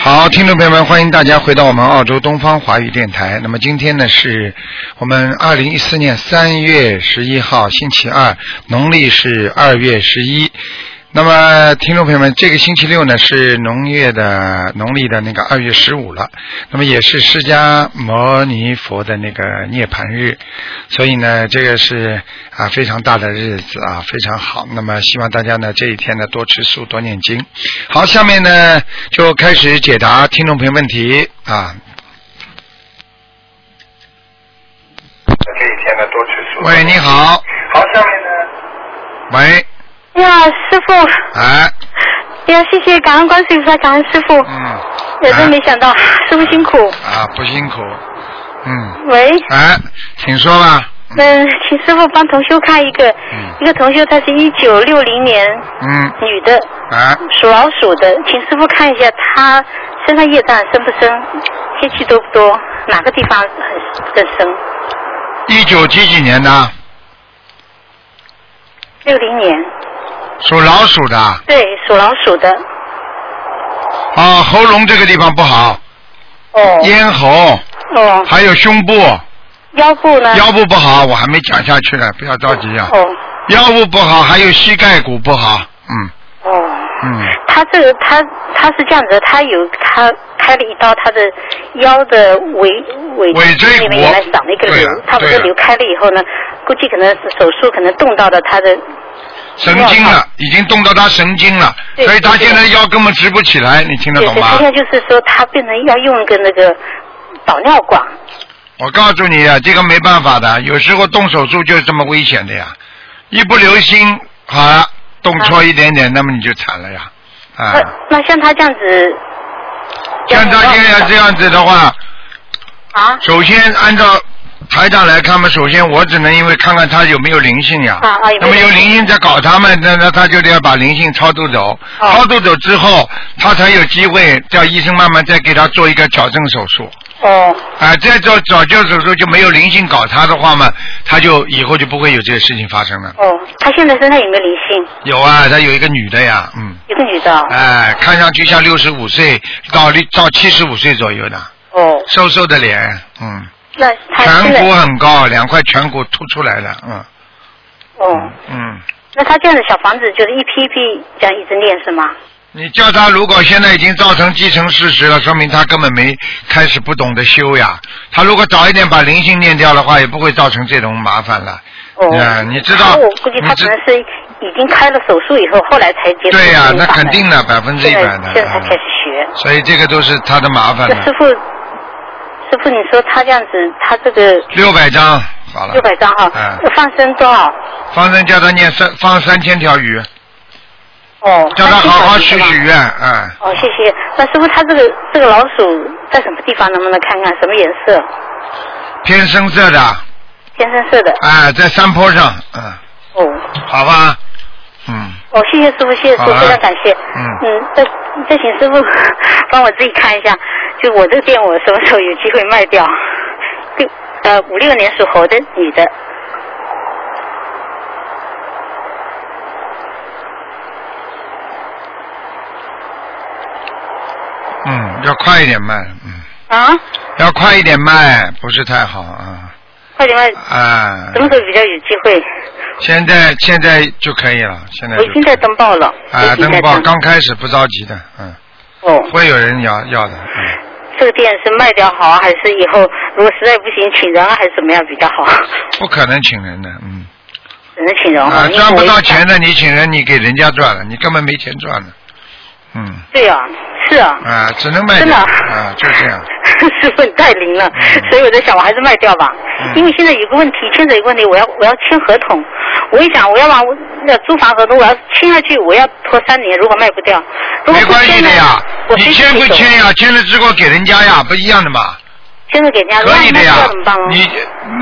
好，听众朋友们，欢迎大家回到我们澳洲东方华语电台。那么今天呢，是我们二零一四年三月十一号星期二，农历是二月十一。那么，听众朋友们，这个星期六呢是农业的农历的那个二月十五了，那么也是释迦牟尼佛的那个涅槃日，所以呢，这个是啊非常大的日子啊，非常好。那么希望大家呢这一天呢多吃素，多念经。好，下面呢就开始解答听众朋友问题啊。这一天呢多吃素。喂，你好，好，下面呢，喂，你好，师傅。哎，呀，谢谢，感恩观世音菩萨，感恩师傅。嗯，也真没想到，师傅辛苦。啊，不辛苦，嗯，喂，哎，请说吧，嗯，请师傅帮同修看一个，嗯一个同修，她是一九六零年嗯，女的，哎。属老鼠的，请师傅看一下她身上业障深不深，邪气多不多，哪个地方很更深？一九几几年的？六零年，属老鼠的。对，属老鼠的。啊，喉咙这个地方不好，哦咽喉，哦，还有胸部、腰部呢？腰部不好，我还没讲下去呢，不要着急啊。哦腰部不好，还有膝盖骨不好，嗯哦。嗯，他这个他他是这样子的，他有他开了一刀，他的腰的尾尾尾椎骨那边原来长了一个对瘤啊，他把这对啊个瘤开了以后呢，估计可能是手术可能动到了他的神经了，已经动到他神经了，对所以他对对现在腰根本直不起来，你听得对懂对，吗他？现在就是说他变成要用一个那个导尿管，啊我告诉你啊，这个没办法的，有时候动手术就是这么危险的呀，一不留心，好了，动啊错一点点，那么你就惨了呀，啊。那那像他这样子，像他现在这样子的话，啊首先按照台长来看嘛，首先我只能因为看看他有没有灵性呀。啊啊有那没有么有灵性在搞他们，那那他就得要把灵性超度走。哦超度走之后，他才有机会叫医生慢慢再给他做一个矫正手术。哦啊，再做早教手术就没有灵性搞他的话嘛，他就以后就不会有这个事情发生了。哦，他现在身上有没有灵性？有啊，他有一个女的呀，嗯，有个女的啊，哎，看上去像六十五岁到六到七十五岁左右的，哦，瘦瘦的脸，嗯。那他颧现骨在很高，两块颧骨凸出来了，嗯哦，嗯。那他这样的小房子就是一批一批这样一直念是吗？你叫他如果现在已经造成既成事实了，说明他根本没开始不懂得修呀。他如果早一点把灵性念掉的话，也不会造成这种麻烦了。哦啊，你知道那我估计他你知可能是已经开了手术以后，后来才接触对呀、这那个法门肯定的，百分之一现百在的。现在才开始嗯学。所以这个都是他的麻烦那师了。傅，师傅，你说他这样子，他这个六百张好了六，百张哈嗯，放生多少？方生叫他念三放三千条鱼，哦，叫他那好好许是吧许。愿，嗯。哦，谢谢。那师傅，他这个这个老鼠在什么地方？能不能看看什么颜色？偏深色的，天生色的。哎，在山坡上，嗯，哦，好吧，嗯。哦，谢谢师傅，谢谢师好傅，啊非常感谢。嗯嗯，再再请师傅 帮我自己看一下，就我这个店，我什么时候有机会卖掉？六呃五六年属猴的女的，嗯，要快一点卖，嗯，啊，要快一点卖，不是太好啊快点卖，啊！什么时候比较有机会？现在现在就可以了，现在我就已经在登报了，我啊，已经登在报刚开始不着急的，嗯，哦，会有人要要的，嗯，这个店是卖掉好，啊还是以后如果实在不行请人啊，还是怎么样比较好？不可能请人的，嗯只能请人哈啊，，因为赚我不也到钱的你请人，你给人家赚了，你根本没钱赚了，嗯对啊，是啊。啊，只能卖真的掉啊，就这样，。 师傅，你太灵了，所以我在想，我还是卖掉吧，嗯因为现在有个问题，牵扯一个问题，我要我要签合同，我一想，我要把我那租房合同，我要签下去，我要拖三年，如果卖不掉，如果没不关系签呢的呀，我你随时签不可以走签？呀？签了之后给人家呀，不一样的嘛。签了给人家，可以的如呀果卖不掉怎么办啊，？你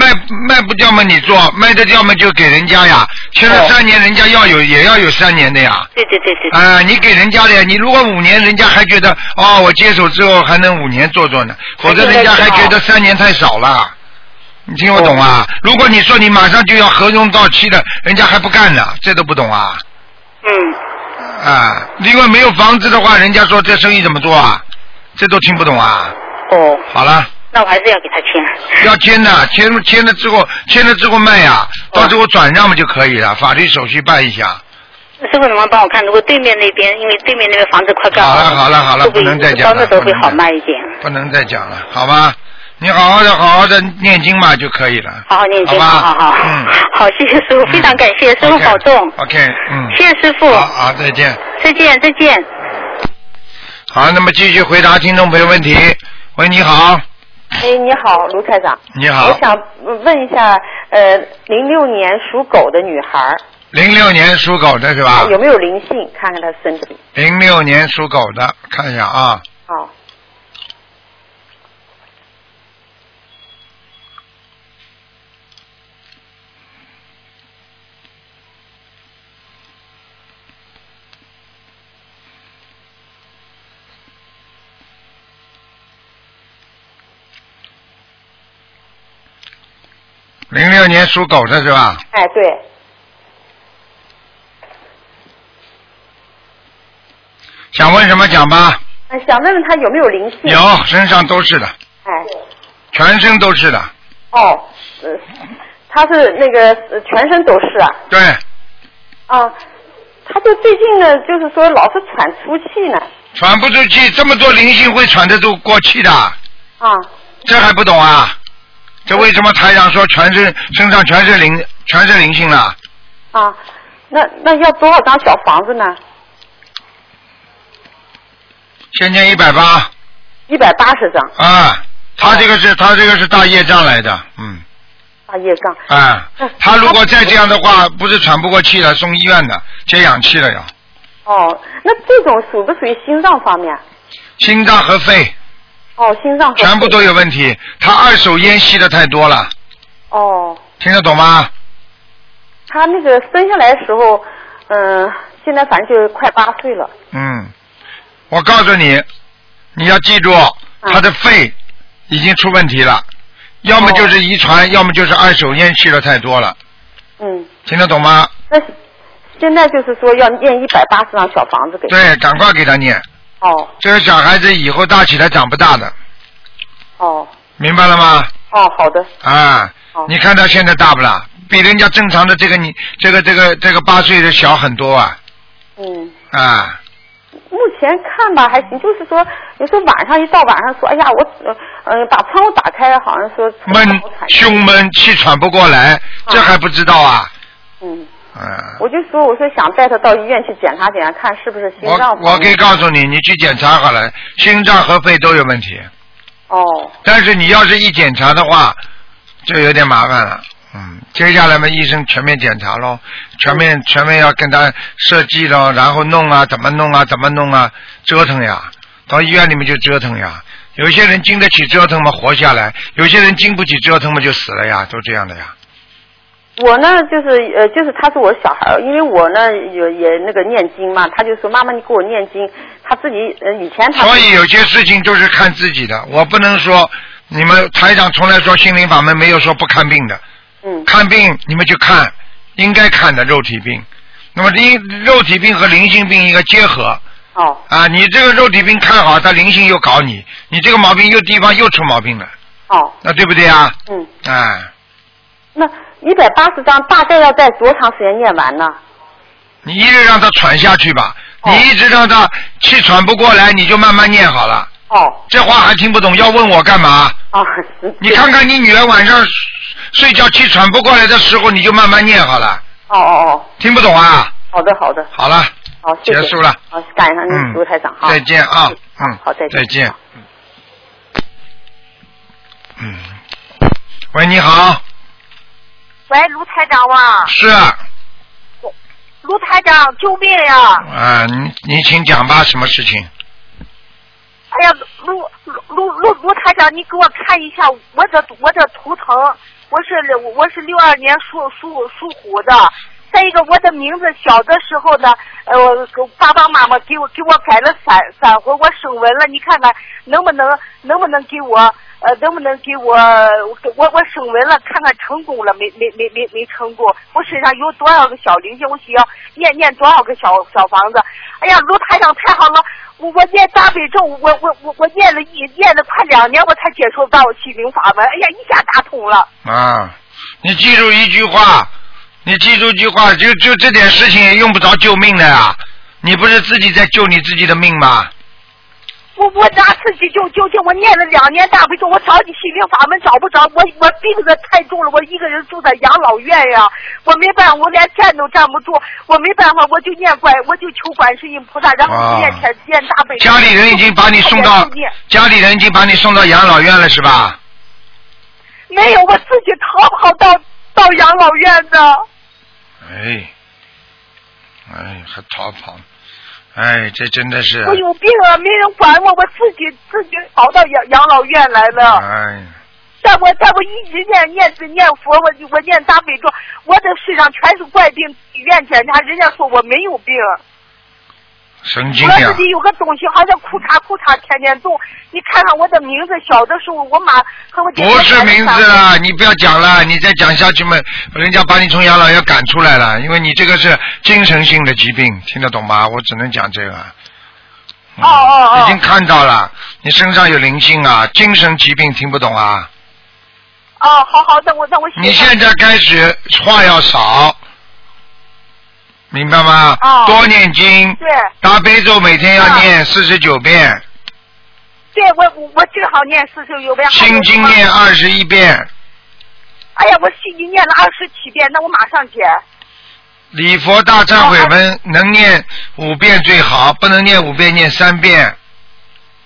卖卖不掉嘛，你做卖得掉嘛就给人家呀。签了哦三年，人家要有也要有三年的呀。对对对对，啊、你给人家的呀，你如果五年，人家还觉得哦，我接手之后还能五年做做呢，否则人家还觉得三年太少了。你听我懂哦啊？如果你说你马上就要合同到期了，人家还不干呢，这都不懂啊？嗯，啊，因为没有房子的话，人家说这生意怎么做啊？这都听不懂啊？哦，好了。那我还是要给他签。要签的，签签了之后，签了之后卖呀、哦到时候转让嘛就可以了，法律手续办一下。师傅，能不能帮我看？如果对面那边，因为对面那边房子快盖好了好了好了会不会不能再讲到了那时候不会能好再卖一点？不能再讲了，好吧？你好好的好好的念经嘛就可以了。好好念经，吧？好好嗯，好，谢谢师傅，非常感谢师傅 OK，保重， OK，嗯。谢谢师傅，好好，再见。再见再见。好，那么继续回答听众朋友问题。喂，你好，哎，你好，卢台长。你好我想问一下，呃，零六年属狗的女孩儿、零六年属狗的是啊吧？有没有灵性？看看她身体。零六年属狗的，看一下啊，哦，零六年属狗的是吧？哎，对，想问什么讲吧？呃想问问她有没有灵性？有，身上都是的，哎，全身都是的，哦，呃，她是那个、呃全身都是啊。对，啊，她就最近呢，就是说老是喘粗气呢。喘不出气，这么多灵性会喘得住过气的，啊，这还不懂啊？这为什么台长说全身身上全是灵，全是灵性了？啊，那那要多少张小房子呢？先念一百八一百八十张啊，他这个是他这个是大业障来的，嗯大业障。啊，他如果再这样的话，不是喘不过气了，送医院的，接氧气了要，哦，那这种属不属于心脏方面？心脏和肺哦，心脏和全部都有问题，他二手烟吸的太多了，哦，听得懂吗？他那个生下来的时候，嗯、现在反正就快八岁了。嗯，我告诉你，你要记住，他的肺已经出问题了，要么就是遗传，要么就是二手烟吸的太多了，嗯，听得懂吗？那现在就是说要念一百八十张小房子给。。对，赶快给他念，哦这个小孩子以后大起来长不大的，哦明白了吗？哦，好的。啊好，你看他现在大不啦？比人家正常的这个你这个这个这个八岁的小很多啊嗯，啊，目前看吧还行，就是说有时候晚上一到晚上说，哎呀，我呃呃把窗户打开，好像说闷胸闷气喘不过来，这还不知道啊？嗯，嗯、我就说我说想带他到医院去检查检查，看是不是心我脏方面。我可以告诉你，你去检查好了，心脏和肺都有问题。哦但是你要是一检查的话，就有点麻烦了。嗯，接下来嘛，医生全面检查咯，全面全面要跟他设计咯，然后弄啊，怎么弄啊，怎么弄啊，折腾呀，到医院里面就折腾呀。有些人经得起折腾嘛，活下来；有些人经不起折腾嘛，就死了呀，都这样的呀。我呢，就是呃，就是他是我小孩儿，因为我呢也也那个念经嘛，他就说妈妈你给我念经，他自己呃以前他所以有些事情就是看自己的，我不能说你们台长从来说心灵法门没有说不看病的，嗯看病你们去看，应该看的肉体病。那么灵肉体病和灵性病一个结合哦啊，你这个肉体病看好，它灵性又搞你，你这个毛病又地方又出毛病了，哦那对不对啊？嗯，啊，那一百八十章大概要在多长时间念完呢？你一直让它喘下去吧，哦你一直让它气喘不过来，你就慢慢念好了。哦这话还听不懂，要问我干嘛？啊，是你看看你女儿晚上睡觉气喘不过来的时候，你就慢慢念好了，哦哦哦，听不懂啊？好的好的，好了，好谢谢结束了好感恩嗯，卢台长哈，再见啊，嗯，好再见再见。嗯，喂，你好，喂，卢台长哇，是啊，卢台长，救命呀、啊，你你请讲吧，什么事情？哎呀，卢卢卢卢卢台长，你给我看一下我的我的图腾，我是我是六二年属属属虎的，再一个，我的名字小的时候呢，呃，给爸爸妈妈给我给我改了三三回，我声纹了，你看看能不能能不能给我呃能不能给我我我声纹了，看看成功了没没没没没成功，我身上有多少个小灵性，我需要念念多少个小小房子？哎呀，卢台长太好了，我我念大悲咒，我我我我念了一念了快两年，我才接触到心灵法门，哎呀，一下打通了。啊，你记住一句话，你记住一句话，就就这点事情也用不着救命的呀、你不是自己在救你自己的命吗？我我拿自己就就就我念了两年大悲咒，我找你心灵法门找不着，我我病得太重了，我一个人住在养老院呀、我没办法，我连站都站不住，我没办法，我就念观，我就求观世音菩萨，然后念前念大悲咒。家里人已经把你送到哎我也是念，家里人已经把你送到养老院了是吧？没有，我自己逃跑到到养老院的。哎，哎，还逃跑呢，哎，这真的是，我有病啊，没人管我，我自己自己逃到养养老院来了。哎，但我但我一直念念念佛，我就我念大悲咒，我这身上全是怪病，医院检查人家说我没有病，神经啊我呀自！己有个东西好像裤衩裤衩天天动，你看看我的名字，小的时候我妈和我姐姐不是名字啊，了，你不要讲了，你再讲下去嘛，人家把你从养老院赶出来了，因为你这个是精神性的疾病，听得懂吗？我只能讲这个。嗯哦哦哦已经看到了，你身上有灵性啊，精神疾病听不懂啊。哦，好好，那我那我写你上现在开始话要少，明白吗？哦啊多念经，对大悲咒每天要念四十九遍，对我我我正好念四十九遍，心经念二十一遍，哎呀，我心经念了二十七遍，那我马上写。礼佛大忏悔文能念五遍最好，不能念五遍念三遍。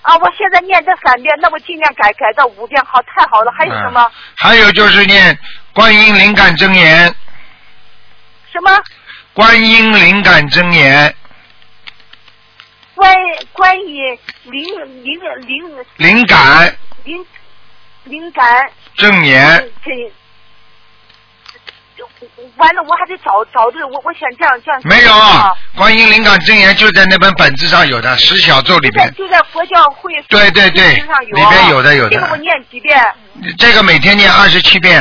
啊，我现在念这三遍，那我尽量改改到五遍，好，太好了。还有什么、嗯还有就是念观音灵感真言，什么？观音灵感真言，关关于灵灵灵灵感灵灵感正言，这。完了，我还得找找这个，我我选这样这样。没有啊，观音灵感真言就在那本本子上有的十小咒里就在边，就在佛教会对对对经上有里边有的有的这个我念几遍？这个每天念二十七遍，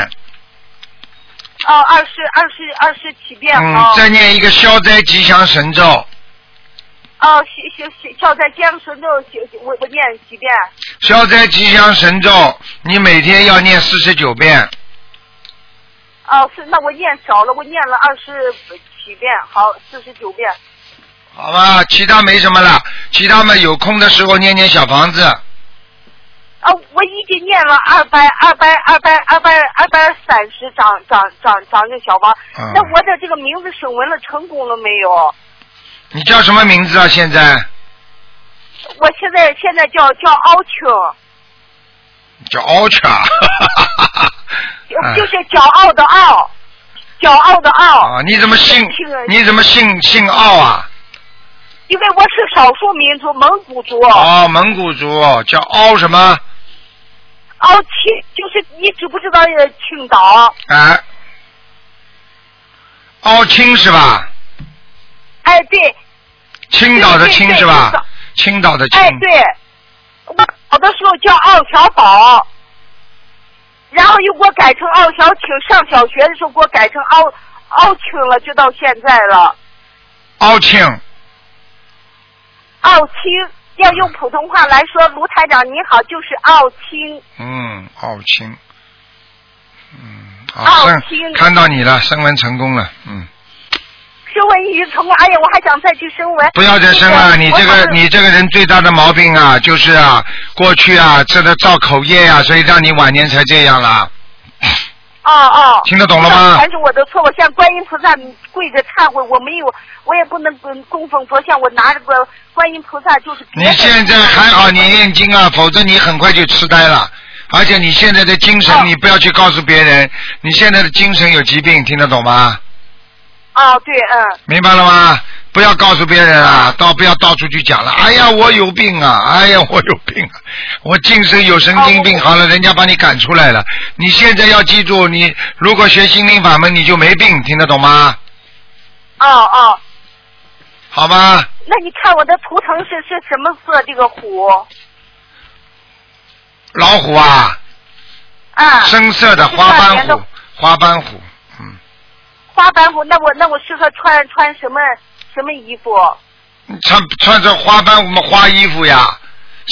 哦，二十二十二十七遍嗯哦，再念一个消灾吉祥神咒，哦，学学学，教在江神咒，学我我念几遍？消灾吉祥神咒你每天要念四十九遍，哦，是那我念少了，我念了二十七遍，好，四十九遍。好吧，其他没什么了，其他嘛有空的时候念念小房子，啊，我已经念了二百二百二百二百二百三十张张张张这小王，嗯那我的这个名字审文了成功了没有？你叫什么名字啊？现在我现在现在叫叫敖青，叫 Ultra， 就嗯就是骄傲的傲，骄傲的傲，啊，你怎么姓姓？你怎么姓姓奥啊？因为我是少数民族蒙古族，哦，蒙古族叫奥什么？敖青就是你知不知道呃青岛？哎，奥青是吧？哎，对，青岛的青对对是吧青岛？青岛的青。哎，对，我小的时候叫奥小宝，然后又给我改成奥小青，上小学的时候给我改成奥奥青了，就到现在了。奥庆，奥青要用普通话来说，卢台长你好，就是奥青。嗯，奥青，嗯，奥啊，升青看到你了，升温成功了，嗯，声纹一直成功，哎呀，我还想再去声纹。不要再升了，你这我个想你这个人最大的毛病啊，就是啊，过去啊吃的造口业啊，所以让你晚年才这样啦，哦哦，听得懂了吗？全是我的错，我向观音菩萨跪着忏悔，我没有，我也不能供供奉佛像，我拿着个观音菩萨就是别你人的。现在还好，你念经啊，否则你很快就痴呆了。而且你现在的精神，哦你不要去告诉别人，你现在的精神有疾病，听得懂吗？哦，对，嗯。明白了吗？不要告诉别人啊，到不要到处去讲了。哎呀，我有病啊！哎呀，我有病啊！我精神有神经病。哦好了，人家把你赶出来了。你现在要记住，你如果学心灵法门，你就没病，听得懂吗？哦哦，好吧？那你看我的图腾是是什么色？这个虎老虎啊，啊，深色的花是吧斑连着虎，花斑虎，嗯，花斑虎。那我那我适合穿穿什么什么衣服？你穿穿着花斑虎嘛花衣服呀，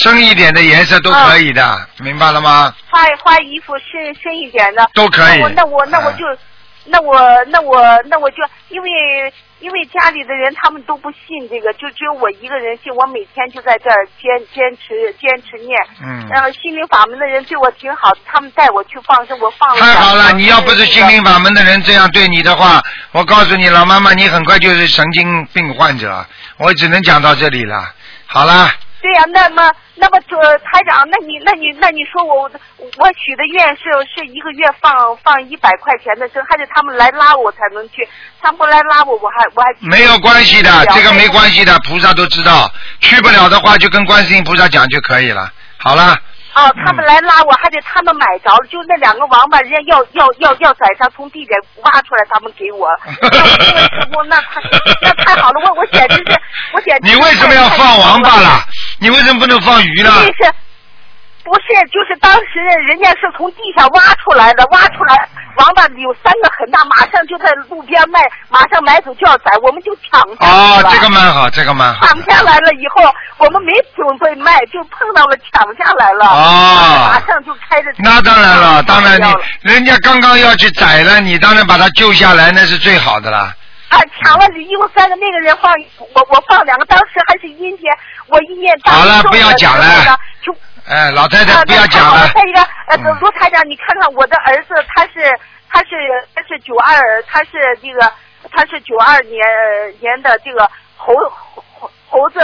深一点的颜色都可以的，明白了吗？花花衣服深深一点的都可以那我那我那我嗯就，那我那我那我就，因为因为家里的人他们都不信这个，就只有我一个人信。我每天就在这儿坚坚持坚持念。嗯，然后心灵法门的人对我挺好，他们带我去放生，我放了。太好了！你要不是心灵法门的人这样对你的话，我告诉你，老妈妈，你很快就是神经病患者。我只能讲到这里了。好了，对呀、那么那么就台长，那你那你那你说我我许的愿是是一个月放放一百块钱的生，还是他们来拉我才能去？他们不来拉我，我还我还没有关系的，这个没系。关系的，菩萨都知道。去不了的话，就跟观世音菩萨讲就可以了。好了，哦，嗯他们来拉我，还得他们买着了，就那两个王八，人家要要要要宰他，从地里挖出来，他们给 我。那我那太那太好了，我我简直是，我简 直你是为什么要太放王八？太幸福啦？你为什么不能放鱼呢？这是不是就是当时人家是从地下挖出来的，挖出来王八有三个很大，马上就在路边卖，马上买走就要宰，我们就抢下来哦了。，这个蛮好，这个蛮好。抢下来了以后，我们没准备卖，就碰到了抢下来了。哦马上就开着。那当然了，当然你人家刚刚要去宰了，你当然把它救下来，那是最好的啦。啊，抢了一共三个，那个人放我我放两个，当时还是阴天，我一念大好了咒不要的时讲候了呢就哎，老太啊太，不要讲那好了。再一个，呃，嗯罗台长，你看看我的儿子，他是他是他是九二，他是这个他是九二年呃年的这个猴猴猴子，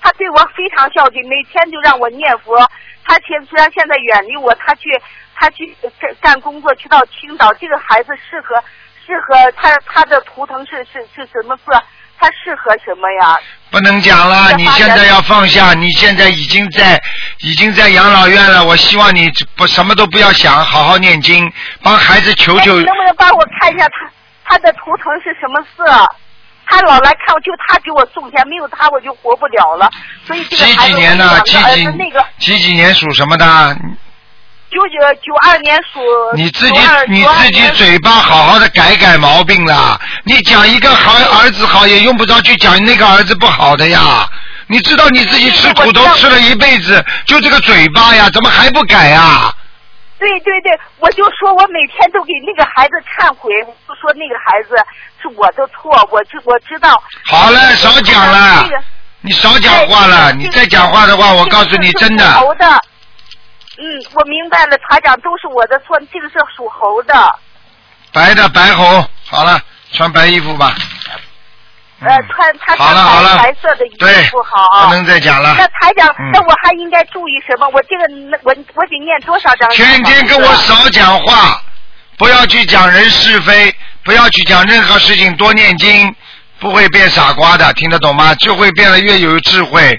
他对我非常孝敬，每天就让我念佛。他现虽然现在远离我，他去他去干干工作，去到青岛。这个孩子适合适合他他的图腾是是是什么色？他适合什么呀？不能讲了，再发你展现在要放下，你现在已经在已经在养老院了。我希望你不什么都不要想，好好念经，帮孩子求哎求你。能不能帮我看一下他他的图腾是什么色？他老来看我，就他给我送钱，没有他我就活不了了。所以这个几孩几子，年的？我几养的儿几子那个几几年属什么的？啊九九九二年属你自己92你自己92嘴巴好好的改改毛病啦！你讲一个好儿子好，也用不着去讲那个儿子不好的呀。你知道你自己吃苦头我知道吃了一辈子，就这个嘴巴呀，怎么还不改啊？对对对，我就说我每天都给那个孩子忏悔，就说那个孩子是我的错，我知我知道。好了，少讲了这个。哎你少讲话了，你再讲话的话，我告诉你，真这个是属猴的，的。嗯，我明白了，台长都是我的错，这个是属猴的。白的白猴，好了，穿白衣服吧。嗯呃，穿他好穿了好了白白色的衣对服好啊。不能再讲了。那台长嗯，那我还应该注意什么？我这个我我得念多少张？天天啊跟我。少讲话，不要去讲人是非，不要去讲任何事情，多念经，不会变傻瓜的，听得懂吗？就会变得越有智慧。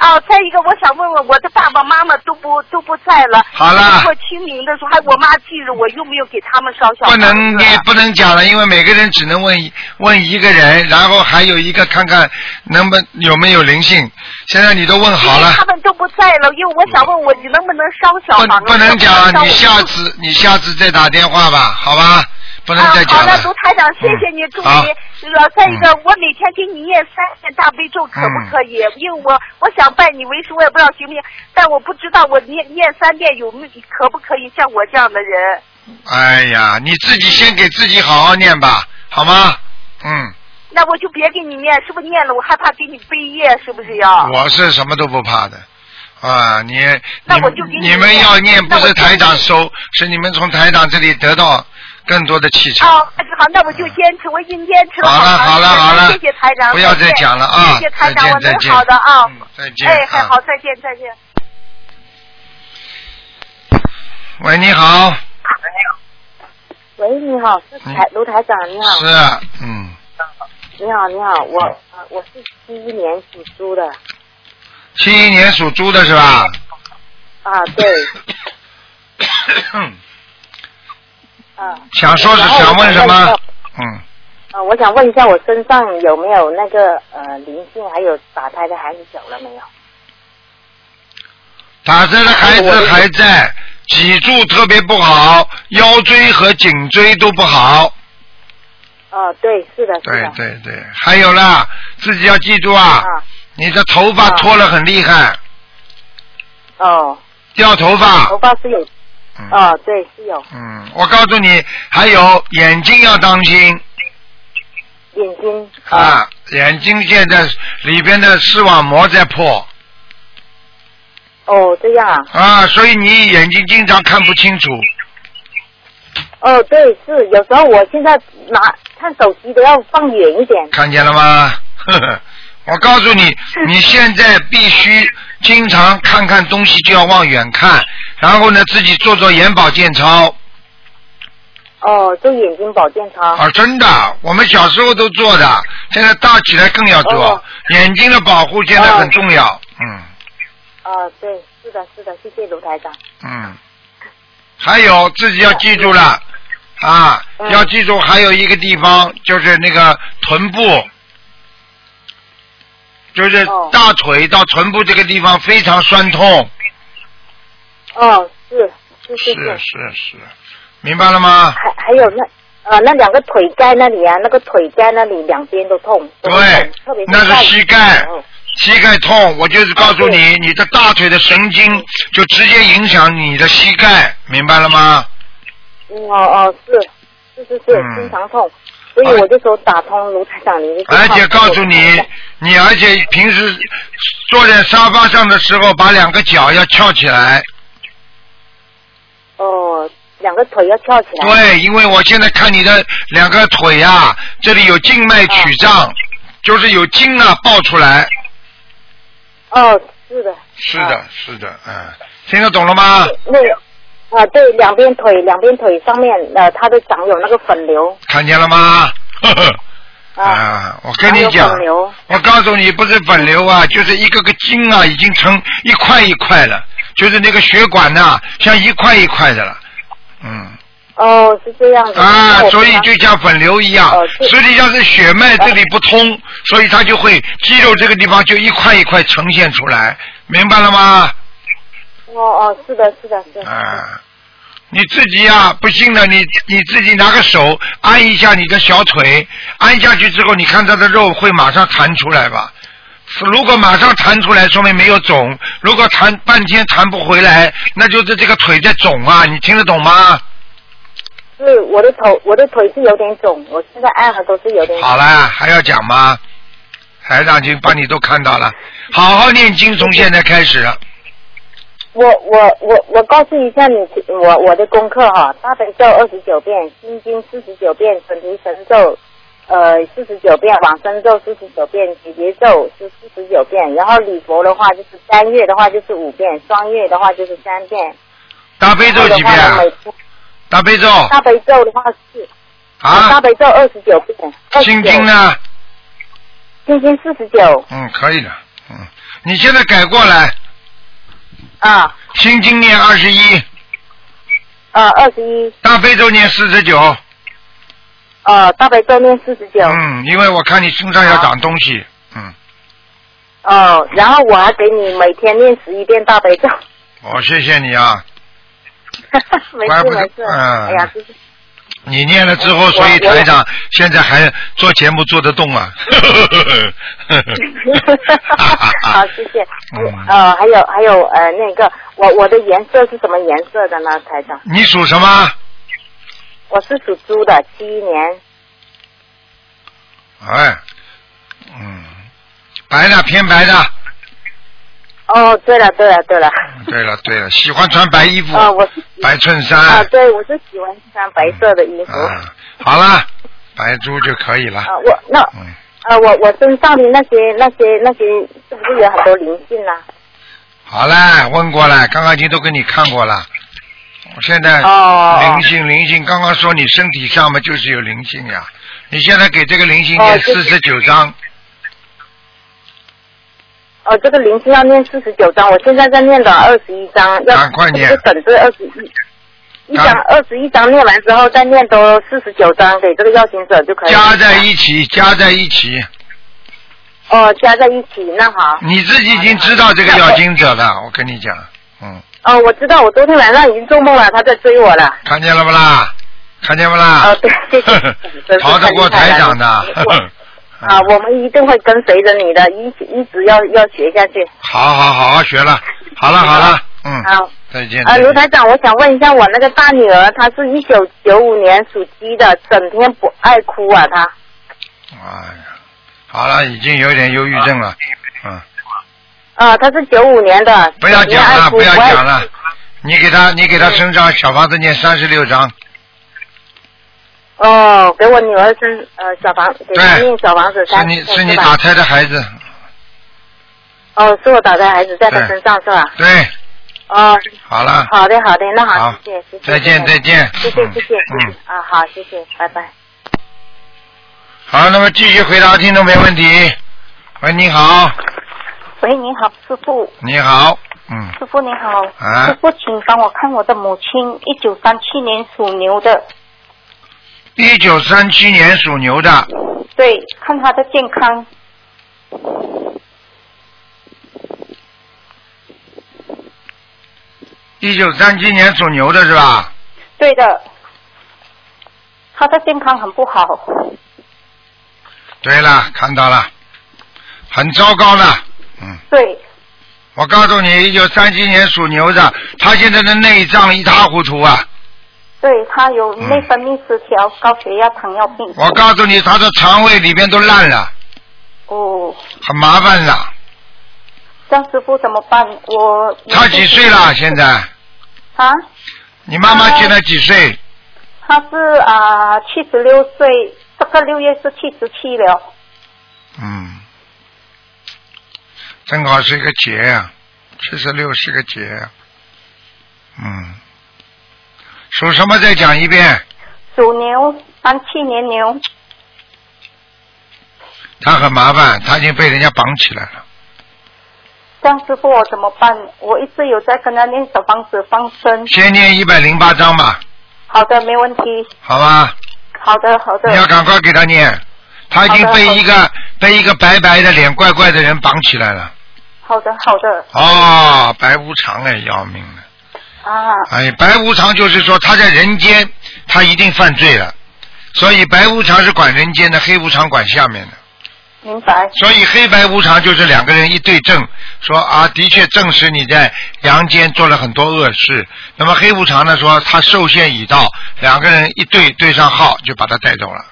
哦，再一个，我想问问我的爸爸妈妈都不都不在了。好了过清明的时候，还我妈记着我用没有给他们烧小不房子啊能你不能讲了，因为每个人只能问一问一个人，然后还有一个看看能不有没有灵性。现在你都问好因为了他，们都不在了，因为我想问我你能不能烧小不房子？不能我烧讲，你我下次你下次再打电话吧，好吧？不能再啊、讲好了。的，卢台长，谢谢你，嗯祝好嗯你。这个再一个，我每天给你念三遍大悲咒，可不可以？因为我我想拜你为师，我也不知道行不行，但我不知道我念念三遍有没可不可以像我这样的人。哎呀，你自己先给自己好好念吧，好吗？嗯。那我就别给你念，是不是念了我害怕给你背业，是不是要？我是什么都不怕的，啊，你那我就给你你们要念不那我是就台长收，是你们从台长这里得到更多的气场。哦，好，那我就坚持，我已经坚持了。好了嗯好了好了谢谢台长，不要再讲了啊！谢谢台再长，见我再能见。好的啊。嗯再见。哎，还好，啊。再见再见。喂，你好，喂，你好，是台卢台长，你好，是，嗯，你好，你好，我呃我是七一年属猪的七一年属猪的是吧？啊，对，啊，想说是然后我想问现在什么要？嗯，呃，啊我想问一下，我身上有没有那个呃灵性，还有打胎的孩子走了没有？打针的孩子还在，脊柱特别不好，腰椎和颈椎都不好。哦、对，是的，是对啊的。对对，还有啦，自己要记住啊，啊，你的头啊发脱了很厉害，哦，掉头啊发。头发是有，嗯哦，对，是有，嗯，我告诉你，还有眼睛要当心眼睛啊，啊，眼睛现在里边的视网膜在破哦，这样啊，啊，所以你眼睛经常看不清楚。哦，对，是，有时候我现在拿看手机都要放远一点，看见了吗？ 呵呵，我告诉你，你现在必须经常看看东西，就要往远看，然后呢，自己做做眼保健操哦，做眼睛保健操，啊，真的，我们小时候都做的，现在大起来更要做哦，眼睛的保护现在很重要，嗯哦，对，是的，是的，谢谢卢台长，嗯，还有自己要记住了啊，嗯要记住还有一个地方就是那个臀部。就是哦大腿到臀部这个地方非常酸痛，哦，是，是是是是，是是，明白了吗？还还有那。啊，那两个腿盖那里啊，那个腿盖那里两边都痛，都会对痛特别那是盖膝盖哦膝盖痛，我就是告诉你，对你的大腿的神经就直接影响你的膝盖，明白了吗？嗯哦哦，是是是嗯哎是，经常痛，所以我就说打通卢台长您的电话。而且告诉你，嗯你而且平时坐在沙发上的时候，把两个脚要翘起来。哦，两个腿要翘起来。对，因为我现在看你的两个腿呀、这里有静脉曲张，就是有筋啊爆出来。哦，是的。是啊。的，是的，嗯，听得懂了吗？那啊，对，两边腿，两边腿上面呃，它都长有那个粉瘤看见了吗？呵呵。啊，啊，我跟你还有讲粉，瘤。我告诉你，不是粉瘤啊，就是一个个筋啊，已经成一块一块了，就是那个血管呐、像一块一块的了，嗯，哦，是这样的。啊那，我所以平就常像粉瘤一样哦，是实际上是血脉这里不通，所以它就会肌肉这个地方就一块一块呈现出来，明白了吗？哦哦，是的，是的，是的。啊，你自己呀、不信的，你你自己拿个手按一下你的小腿，按下去之后，你看它的肉会马上弹出来吧？如果马上弹出来，说明没有肿；如果弹半天弹不回来，那就是这个腿在肿啊！你听得懂吗？是我的头，我的腿是有点肿，我现在按了都是有点。好啦，还要讲吗？台长已经帮你都看到了，好好念经，从现在开始。我我我我告诉一下你，我我的功课哈、大悲咒二十九遍，心经四十九遍，准提神咒呃四十九遍，往生咒四十九遍，解结咒是四十九遍，然后礼佛的话就是单月的话就是五遍，双月的话就是三遍，大悲咒几遍然啊后？的话呢每大悲咒大悲咒的话是、啊大？悲咒二十九遍，心经？呢？心经四十九嗯，可以的。嗯，你现在改过来。啊心经念二十一，呃二十一大悲咒念四十九。呃大悲咒念四十九。嗯，因为我看你身上要长东啊西。嗯，哦，然后我还给你每天念十一遍大悲咒。 我谢谢你啊，没怪事不得没事，嗯哎呀， 就是你念了之后，我所以我台长现在还做节目做得动啊。 好， 谢谢。嗯呃，还有还有呃，那个我我的颜色是什么颜色的呢，台长？你属什么？我是属猪的，七一年。哎，嗯，白的偏白的。哦，对了对了对了，对了对了，喜欢穿白衣服，啊，我是嗯白衬啊，衫。对，我是喜欢穿白色的衣服。啊，好了，白猪就可以了。啊，我那嗯。啊，我我身上的那些那些那些是不是有很多灵性啊？好啦，问过了，刚刚已经都给你看过了。我现在哦哎灵性灵性，刚刚说你身体上嘛就是有灵性呀，你现在给这个灵性哦念就四是十九章，哦，这个灵性要念四十九章，我现在在念了二十一章，要赶快念是不是等这二十一一张二十一张念完之后，再念多四十九张给这个药请者就可以了。加在一起，加在一起，哦，加在一起，那好。你自己已经知道啊这个要经者了，我跟你讲，嗯，哦，我知道，我昨天晚上已经做梦了，他在追我了。看见了不啦？看见不啦？。哦，对，谢谢 真是逃得过台长的。太厉害了我 啊，我们一定会跟随着你的，一起一直要要学下去。 好好好好学了，好了好了，嗯，好，再见。啊，再见卢台长，我想问一下，我那个大女儿，她是一九九五年属鸡的，整天不爱哭啊，她。哎呀，好了，已经有点忧郁哎症了，嗯，啊，她是九五年的。不要整天讲爱了，哭不要爱讲了，你给他，你给他身上小房子念三十六章，哦，给我女儿生呃小房，给她对念小房子，是你三是你吧打胎的孩子，哦，是我打的孩子在她对身上是吧？对，哦，好了，好的好的，那好谢谢谢谢。再见再见谢谢谢谢嗯嗯。啊，好，谢谢，拜拜。好，那么继续回答听众没问题。喂，你好，喂，你好，师傅，你好，嗯，师傅你好，啊师傅，请帮我看我的母亲，一九三七年属牛的，一九三七年属牛的，对，看她的健康，一九三七年属牛的是吧？对的，她的健康很不好，对了，看到了，很糟糕了，嗯。对，我告诉你，一九三七年属牛的，他现在的内脏一塌糊涂啊！对她有嗯内分泌失调、高血压、糖尿病，我告诉你，他的肠胃里边都烂了，哦，很麻烦了。这样师傅怎么办？我他几岁了？现在？啊，你妈妈现在几岁？她是啊七十六岁，这个六月是七十七了，嗯，正好是一个劫啊，七十六是个劫啊。嗯，属什么？再讲一遍。属牛，三七年牛，他很麻烦，他已经被人家绑起来了。这样师傅我怎么办？我一直有在跟他念小房子放生。先念一百零八章吧，好的，没问题。好吧？好的，好的你。要赶快给他念，他已经好的被一个被一个白白的脸怪怪的人绑起来了。好的，好的。哦，白无常哎，要命了！啊，哎，白无常就是说他在人间，他一定犯罪了。所以白无常是管人间的，黑无常管下面的。明白。所以黑白无常就是两个人一对证，说啊，的确证实你在阳间做了很多恶事。那么黑无常呢说他受限已到，两个人一对对上号就把他带走了。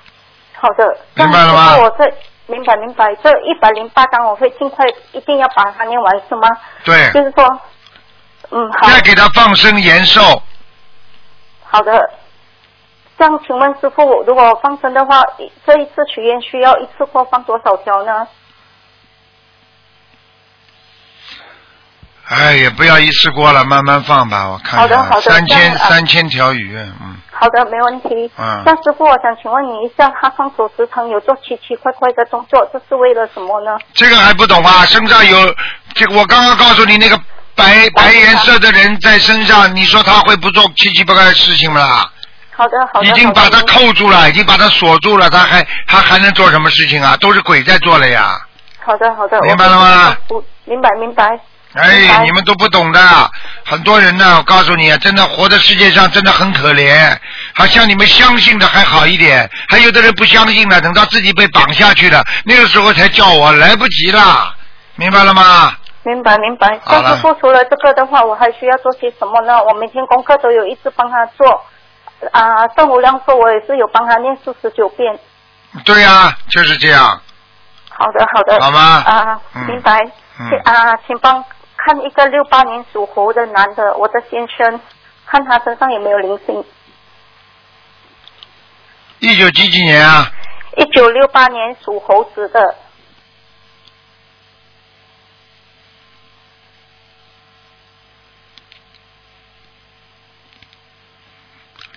好的。明白了吗这样师傅我这明白明白，这一百零八章我会尽快，一定要把它念完，是吗？对，就是说，嗯，好再给他放生延寿。好的。这样，请问师傅，如果放生的话，一这一次许愿需要一次过放多少条呢？哎，也不要一次过了，慢慢放吧，我看好的看好的三千这样啊三千条鱼，嗯，好的，没问题。嗯那师傅，我想请问你一下，他双手时常有做奇奇怪怪的动作，这是为了什么呢？这个还不懂啊？身上有这个，我刚刚告诉你那个白白颜色的人在身上，你说他会不做奇奇怪怪的事情吗？好的，好的。已经把他好的扣住了，已经把他锁住了，他还他还能做什么事情啊？都是鬼在做了呀！好的，好的。明白了吗我？不明白，明白。明哎，白你们都不懂的，很多人呢，我告诉你，啊真的活在世界上真的很可怜。好像你们相信的还好一点，还有的人不相信了，等到自己被绑下去了，那个时候才叫我，来不及了，明白了吗？明白明白，好了但是不除了这个的话，我还需要做些什么呢？我每天功课都有一直帮他做，啊、正无量寿我也是有帮他念四十九遍。对呀、就是这样。好的好的。好吗啊、嗯明白。嗯请啊、请帮看一个六八年属猴的男的，我的先生，看他身上有没有灵性。一九几几年啊？一九六八年属猴子的，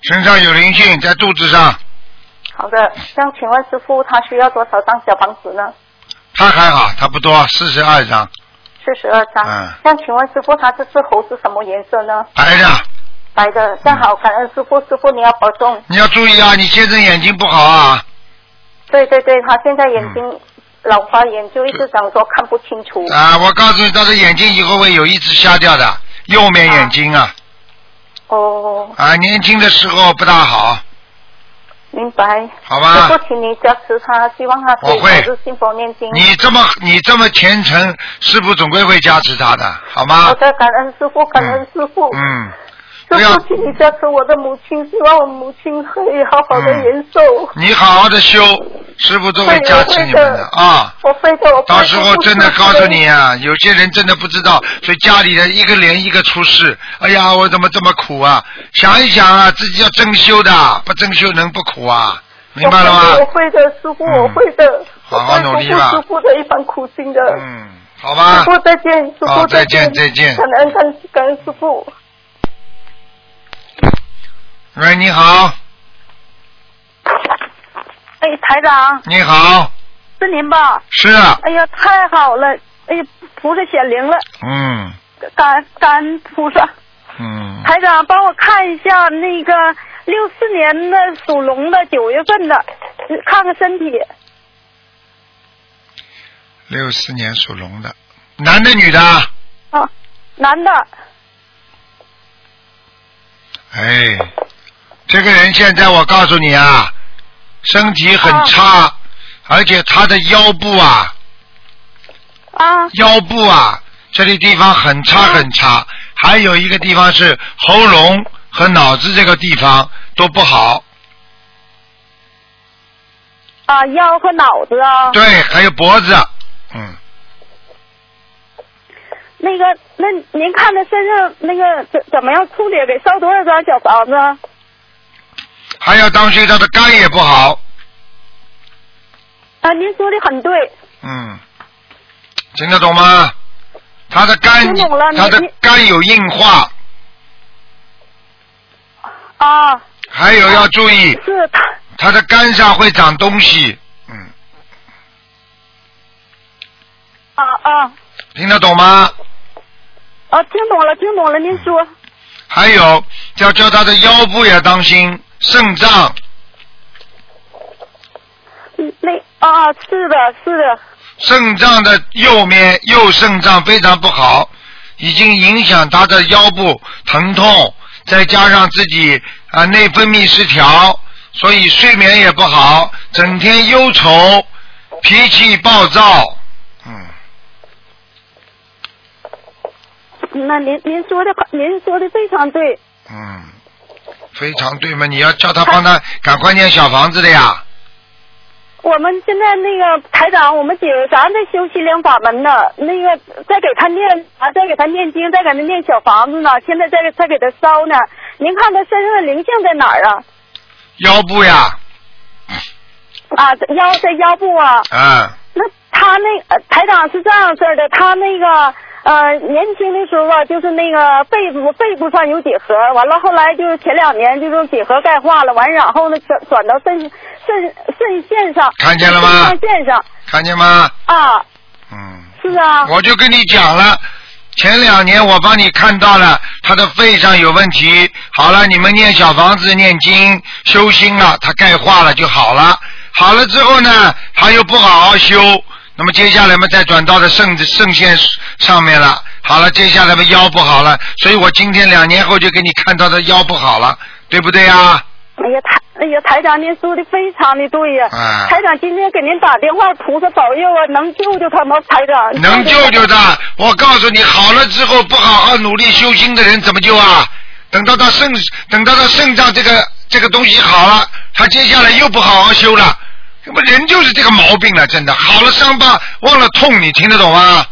身上有灵性，在肚子上，好的，这样请问师傅他需要多少张小房子呢？他还好，他不多，四十二张，四十二张。嗯这样请问师傅他这只猴是什么颜色呢？白的，白的。正好，感恩师傅，师傅你要保重。你要注意啊，你先生眼睛不好啊，对对对，他现在眼嗯睛老花眼，就一直想说看不清楚。啊，我告诉你，他的眼睛以后会有一只瞎掉的，右面眼睛啊，哦，啊，年轻的时候不大好，明白。好师 吧？傅，请你加持他，希望他可以啊我会早日信佛念经。你这么你这么虔诚，师傅总归会加持他的，好好吗？的，感恩师傅，感恩师傅。啊嗯，不师要傅，请你加持我的母亲，希望我母亲可以好好的嗯延寿。你好好的修，师傅都会加持你们会的的啊。我非得我非到得时候不真的吃告诉亏你啊，有些人真的不知道，所以家里人一个连一个出事。哎呀，我怎么这么苦啊？想一想啊，自己要真修的，不真修能不苦啊？明白了我吗？会的，师傅，嗯我会的。好好努力我吧会不负师傅的一番苦心的。嗯，好师吧。傅再见，师好傅再见，见再见感恩感恩感恩师傅。喂，你好，哎，台长你好，是您吧？是，啊哎呀，太好了！哎呀，菩萨显灵了，嗯感感恩菩萨。嗯，台长，帮我看一下那个六四年的属龙的九月份的，看看身体，六四年属龙的，男的女的？啊男的，哎，这个人现在我告诉你啊，身体很差，而且他的腰部啊，啊 腰部啊，这里地方很差嗯很差，还有一个地方是喉咙和脑子这个地方都不好，啊，腰和脑子啊，对，还有脖子，嗯，那个，那您看他身上那个怎怎么样处理？给烧多少张小房子？啊还要当心他的肝也不好，啊，您说的很对，嗯，听得懂吗？他的肝听懂了，你他的你肝有硬化，啊，还有要注意，是他他的肝上会长东西，嗯，啊啊听得懂吗？啊，听懂了，听懂了，您说还有要叫他的腰部也当心，肾脏嗯那啊，是的，是的，肾脏的右面右肾脏非常不好，已经影响他的腰部疼痛，再加上自己啊、内分泌失调，所以睡眠也不好，整天忧愁，脾气暴躁，嗯，那您您说的您说的非常对，嗯，非常对嘛，你要叫他帮他赶快念小房子的呀，我们现在那个台长，我们姐咱在修心灵法门呢，那个再给他念啊，再给他念经，再给他念小房子呢，现在再给再给他烧呢。您看他身上的灵性在哪儿啊？腰部呀，啊，腰在腰部啊。啊、那他那呃台长是这样式儿的，他那个呃年轻的时候啊，就是那个背部背部上有几何，完了后来就是前两年就是几何钙化了，完然后呢转转到肾肾肾线上，看见了吗肾线上看见吗？啊，嗯。是啊，我就跟你讲了，前两年我帮你看到了他的肺上有问题，好了，你们念小房子、念经、修心了，他钙化了就好了。好了之后呢，他又不好好修，那么接下来嘛，再转到了肾肾线上面了。好了，接下来嘛腰不好了，所以我今天两年后就给你看到的腰不好了，对不对啊？哎呀台哎呀台长您说的非常的对呀、啊台长今天给您打电话，菩萨保佑啊，能救救他吗？台长 能救救他。我告诉你，好了之后不好好努力修心的人怎么救啊？等到他肾，等到他肾脏这个这个东西好了，他接下来又不好好修了，那么人就是这个毛病了，真的。好了伤疤忘了痛，你听得懂吗？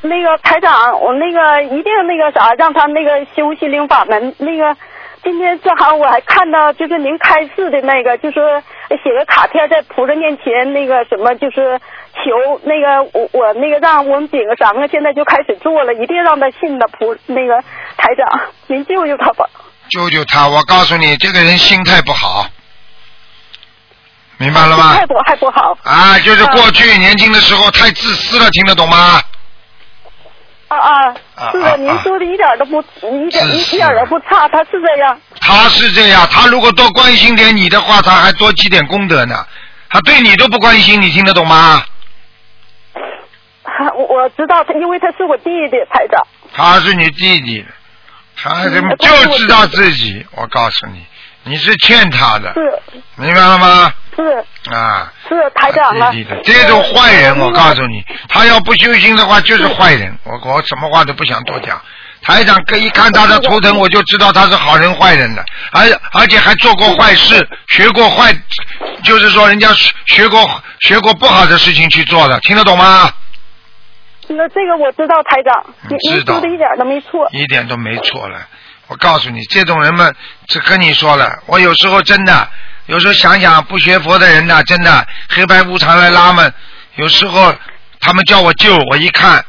那个台长，我那个一定那个啥，让他那个修心灵法门。那个今天正好我还看到，就是您开示的那个，就说写个卡片在菩萨面前那个什么，就是求那个我我那个让我们几个三个现在就开始做了，一定让他信的菩那个台长，您救救他吧。救救他！我告诉你，这个人心态不好，明白了吗太？不还不好啊，就是过去年轻的时候太自私了，听得懂吗？啊啊！啊是啊的，您啊说的一点儿都不，一点自私一点儿也不差，他是这样。 他是这样，他如果多关心点你的话，他还多积点功德呢。他对你都不关心，你听得懂吗？我我知道他，因为他是我弟弟，台长。他是你弟弟，他怎么嗯但是就我知道自己？我告诉你，你是欠他的，是明白了吗？是啊，是，台长嗯啊弟弟的。这种坏人，我告诉你，他要不修心的话就是坏人。我我什么话都不想多讲。台长可一看他的图腾，我就知道他是好人坏人的，而而且还做过坏事，学过坏，就是说人家学学过学过不好的事情去做的，听得懂吗？那这个我知道，台长，您嗯知您道说的一点儿都没错。一点都没错了。我告诉你，这种人们，这跟你说了，我有时候真的，有时候想想不学佛的人呐、真的黑白无常来拉们，有时候他们叫我救，我一看，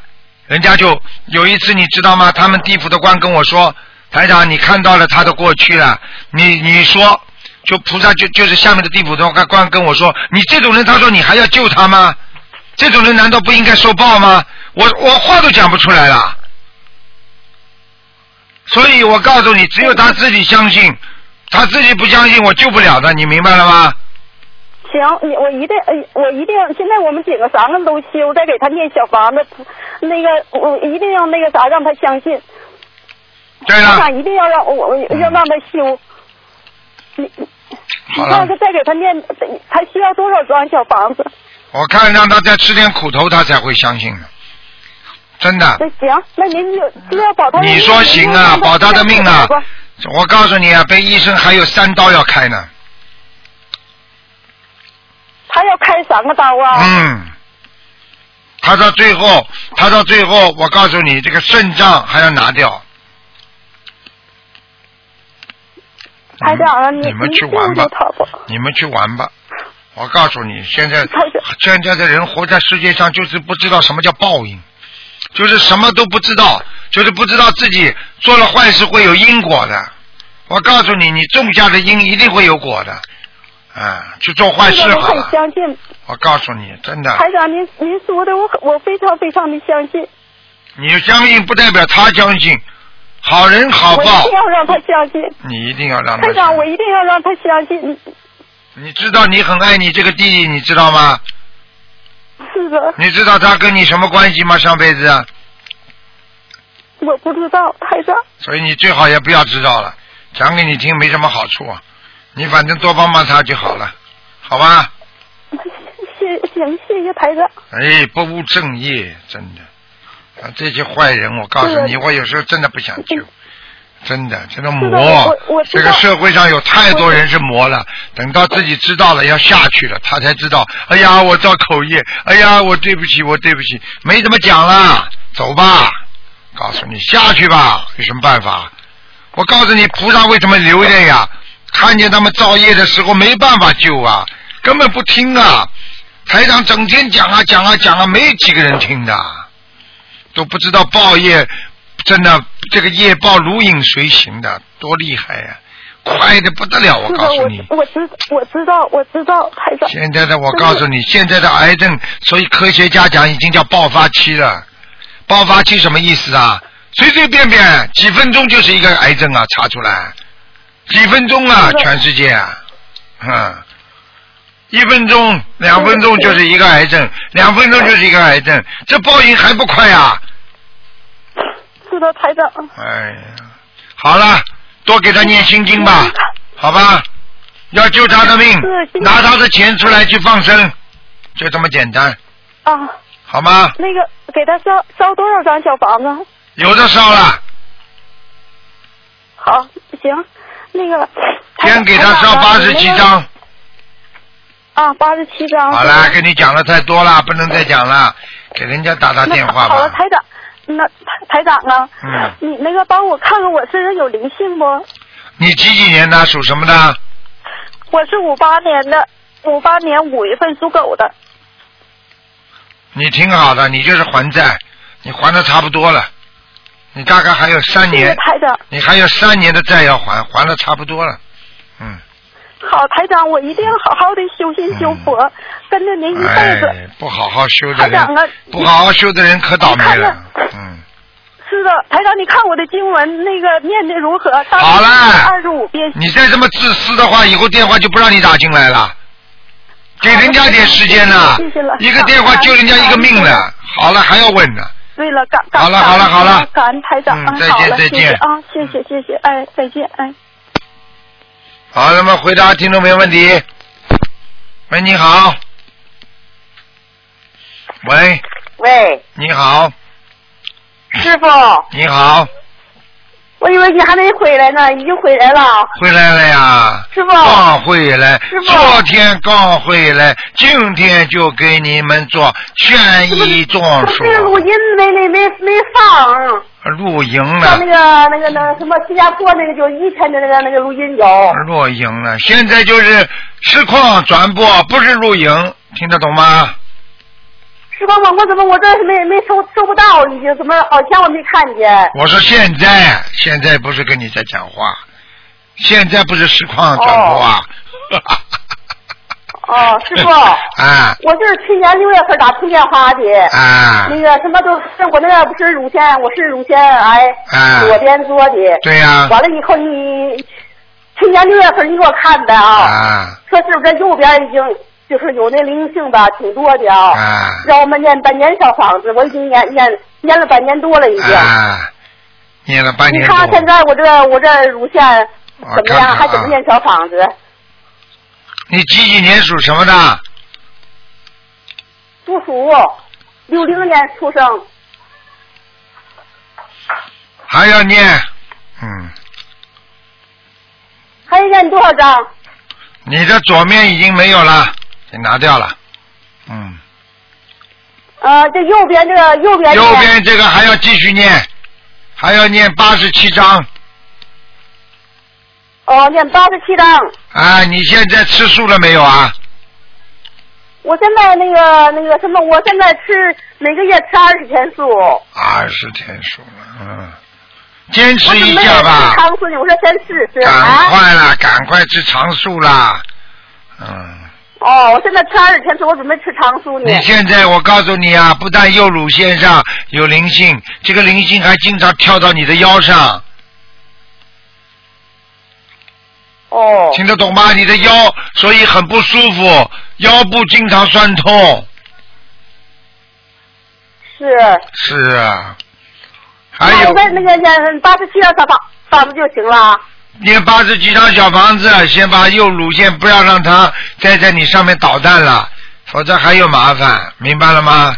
人家就有一次你知道吗？他们地府的官跟我说，台长，你看到了他的过去了，你你说，就菩萨就就是下面的地府的官跟我说，你这种人，他说你还要救他吗？这种人难道不应该受报吗？我我话都讲不出来了。所以我告诉你，只有他自己相信，他自己不相信，我救不了他，你明白了吗？行，你我一定，呃我一定，现在我们姐个三个都修，再给他念小房子，那个我一定要那个啥，让他相信，对我了想，一定要让我我嗯要让他修。你你好了上次再给他念，他需要多少张小房子？我看让他再吃点苦头，他才会相信的，真的。那行，那您就就要保他的命。你说行啊，保他的命啊！我告诉你啊，被医生还有三刀要开呢。他要开三个刀啊！嗯，他到最后，他到最后，我告诉你，这个肾脏还要拿掉。台长啊，嗯你你们你去救玩吧救他吧！你们去玩吧。我告诉你，现在他是现在的人活在世界上，就是不知道什么叫报应，就是什么都不知道，就是不知道自己做了坏事会有因果的。我告诉你，你种下的因一定会有果的。啊，去做坏事这个我好很了。啊相信，我告诉你，真的，台长，您您说的我很我非常非常的相信，你相信不代表他相信，好人好我一报定，要让他相信。你一定要让他相信。台长，我一定要让他相信。你你知道你很爱你这个弟弟，你知道吗？是的，你知道他跟你什么关系吗？上辈子啊。我不知道，台长。所以你最好也不要知道了，讲给你听没什么好处、啊，你反正多帮帮他就好了，好吧？谢行，谢谢台长。哎，不务正业，真的，啊，这些坏人，我告诉你，是我有时候真的不想 救，真的，这个是的我魔我我，知这道个社会上有太多人是魔了，等到自己知道了要下去了，他才知道，哎呀，我造口业，哎呀，我对不起，我对不起，没怎么讲了，走吧，告诉你下去吧，有什么办法？我告诉你，菩萨为什么留着呀？看见他们造业的时候没办法救啊，根本不听啊。台长整天讲啊讲啊讲啊，没几个人听的，啊都不知道报业真的这个业报如影随形的，多厉害呀、快的不得了，我是的告诉你，。我我知我知道我知道，台 长。现在的我真的告诉你，现在的癌症，所以科学家讲已经叫爆发期了。爆发期什么意思啊？随随便便几分钟就是一个癌症啊，查出来，几分钟啊是，的全世界啊，嗯，一分钟、两分钟就是一个癌症，两分钟就是一个癌症，这报应还不快啊？是的，台长。哎呀，好了，多给他念心经吧，好吧？要救他的命是心，经拿他的钱出来去放生，就这么简单，啊，好吗？那个给他烧烧多少张小房啊子？有的烧了，好，行，那个。台长先给他哎烧八十七。台长张。啊，八十七张。好了，跟你讲的太多了，不能再讲了，给人家打打那电话好了，吧。台长，那台台长啊，嗯你那个帮我看看我身上有灵性不？你几几年的？属什么的？我是五八年的，五八年五月份属狗的。你挺好的，你就是还债，你还的差不多了，你大概还有三谢谢年，台长，你还有三年的债要还，还的差不多了，嗯。好台长，我一定好好的修心修佛，嗯跟着您一辈子。哎哎，不好好修的台长啊人，不好好修的人可倒霉我看了了。嗯，是的，台长，你看我的经文那个念的如何？好啦二十五遍。你再这么自私的话，以后电话就不让你打进来了。给人家点时间呐、谢谢了一个电话救人家一个命呢。好了，还要问呢？对了，感感好了好了好了感恩台长，嗯嗯再见好再了见谢谢啊，谢谢谢谢，哎，再见哎。好，那么回答听众没问题。喂，你好。喂，喂，你好，师傅，你好，我以为你还没回来呢，已经回来了。回来了呀？师傅刚回来师，傅昨天刚回来，今天就给你们做悬疑综我述这录音没没没没放，嗯露营到了那。个那个那个什么新加坡那个就一天的那个那个录音有。露营了，现在就是实况转播，不是露营，听得懂吗？师傅，我我怎么我这没没收收不到，已经怎么好像我没看见。我说现在，啊现在不是跟你在讲话，现在不是实况转播啊。 哦，师傅，啊我是去年六月份打通电话的。啊那个什么都是我那个不是乳腺，我是乳腺癌啊左边做的。对呀完了以后你去年六月份你给我看的啊，啊说是不是这右边已经就是有那灵性吧，挺多的啊。啊让我们念半年小房子，我已经念念念了半年多了已经。啊！念了半你年看现多，在我这我这乳腺我怎么看哦样？看还怎啊么念小房子？你几几年属什么的？属鼠，哦六零年出生。还要念？嗯，还要念多少张？你的左面已经没有了，你拿掉了。嗯，呃，这右边这个右边这个右边这个还要继续念，还要念八十七章。哦，念八十七张。啊，你现在吃素了没有啊？我现在那个那个什么，我现在吃每个月吃二十天素。二十天素了，嗯，坚我持准一备下吧，尝试，我说先试试赶啊。快啦，赶快吃长素啦，嗯，哦，我现在吃二十天素，我准备吃长素呢你。现在我告诉你啊，不但右乳腺上有灵性，这个灵性还经常跳到你的腰上，哦听得懂吗？你的腰所以很不舒服，腰部经常酸痛，是。是啊，还那有我在那个念八十七张小房房子就行了。念八十几张小房子，先把右乳腺不要让它再在你上面捣蛋了，否则还有麻烦，明白了吗？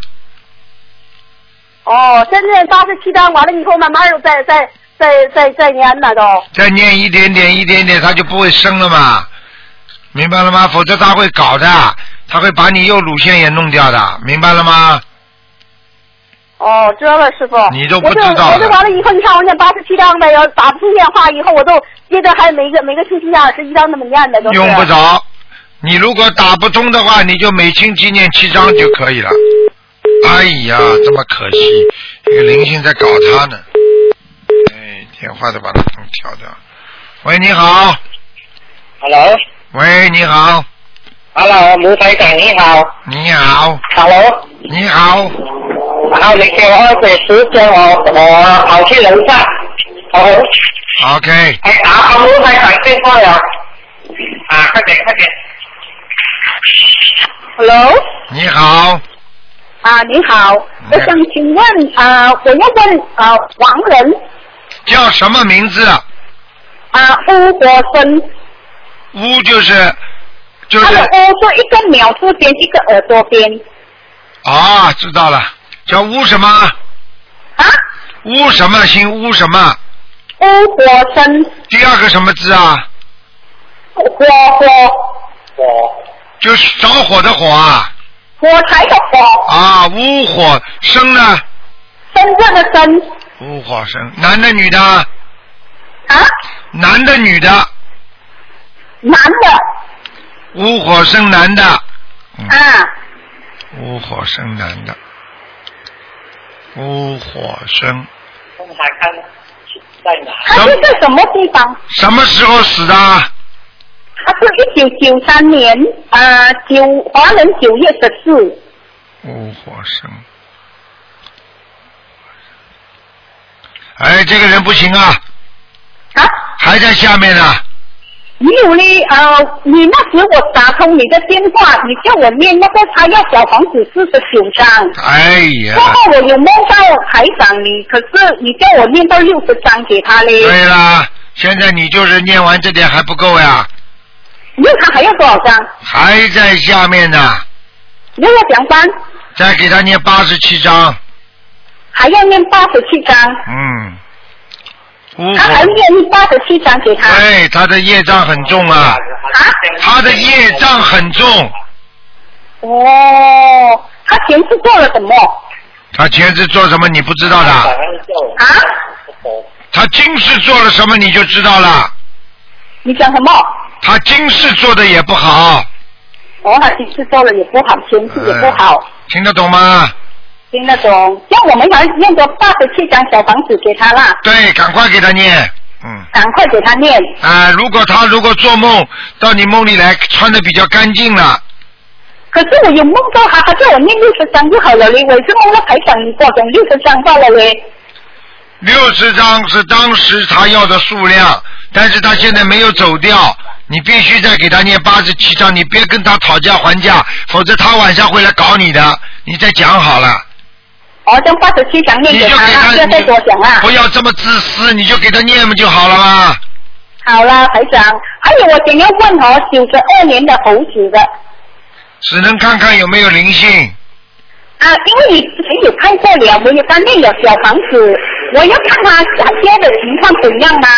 哦，先念八十七张，完了以后慢慢又再再再再再念呢都。再念一点点，一点点，它就不会生了嘛，明白了吗？否则它会搞的，它会把你右乳腺也弄掉的，明白了吗？哦，知道了，师傅。你都不我就知道我就的完了以后，你看我念八十七章呗，要打不通电话以后，我都接着还每个每个星期二十一章那么念的，都是。用不。着，你如果打不通的话，你就每星期念七章就可以了。哎呀，这么可惜，这个灵性在搞他呢。哎，电话都把它通调掉。喂，你好。 Hello，Hello，喂，你好，吴台长你好你好， ，Hello，你好，然后你给我二点时间，我我跑去楼下，哦， ，OK，哎，打好吴台长电话了，啊，快点快点 Hello，À, 你好，啊，你好，哎我想请问啊、我要问啊、王仁叫什么名字？啊、巫国生，乌就是就他是的巫是一个鸟字边，一个耳朵边啊、知道了，叫乌什么？啊，乌什么？姓乌什么？巫国生，第二个什么字啊？火火就是着火的火啊火柴的火，啊，乌火生呢？深圳的深乌火生，男的女的？啊，男的女的？男的乌火生男的，啊，乌火生男的，乌火生我们来看在哪？他是在什么地方？什么时候死的？他是一九九三年啊九、华人九月十四。无火生。哎，这个人不行啊，啊，还在下面呢。你有呢？呃，你那时我打通你的电话，你叫我念那个他要小房子四十九章，哎呀过，后我有梦到台长你，可是你叫我念到六十章给他嘞，对啦，现在你就是念完这点还不够呀，那他还要多少章？还在下面呢，又要两章，再给他念八十七章。还要念八十七章，嗯，五他还念八十七章给他。对，哎他的业障很重啊，他的业障很重，哦，他前世做了什么？他前世做什么你不知道的，啊？他今世做了什么你就知道了，你讲什么？他今世做的也不好，嗯哦，他前世做了也不好，前世也不好，听得懂吗？听得懂？像哦我们还念个八十七张小房子给他啦，对，赶快给他念。嗯赶快给他念。啊、如果他如果做梦到你梦里来，穿的比较干净了，可是我有梦到他，他叫我念六十张就好了嘞，我是梦到台长你给我讲六十张罢了嘞。六十张是当时他要的数量，但是他现在没有走掉，你必须再给他念八十七张，你别跟他讨价还价，否则他晚上会来搞你的，你再讲好了，哦，将八十七张念给他啦，不要再多讲啊啦。不要这么自私，你就给他念不就好了吗？好啦，台长，还有我想要问哦，九十二年的猴子的只能看看有没有灵性，啊，因为你之前有看过了，我有他那有小房子，我要看他现在的情况怎样吗？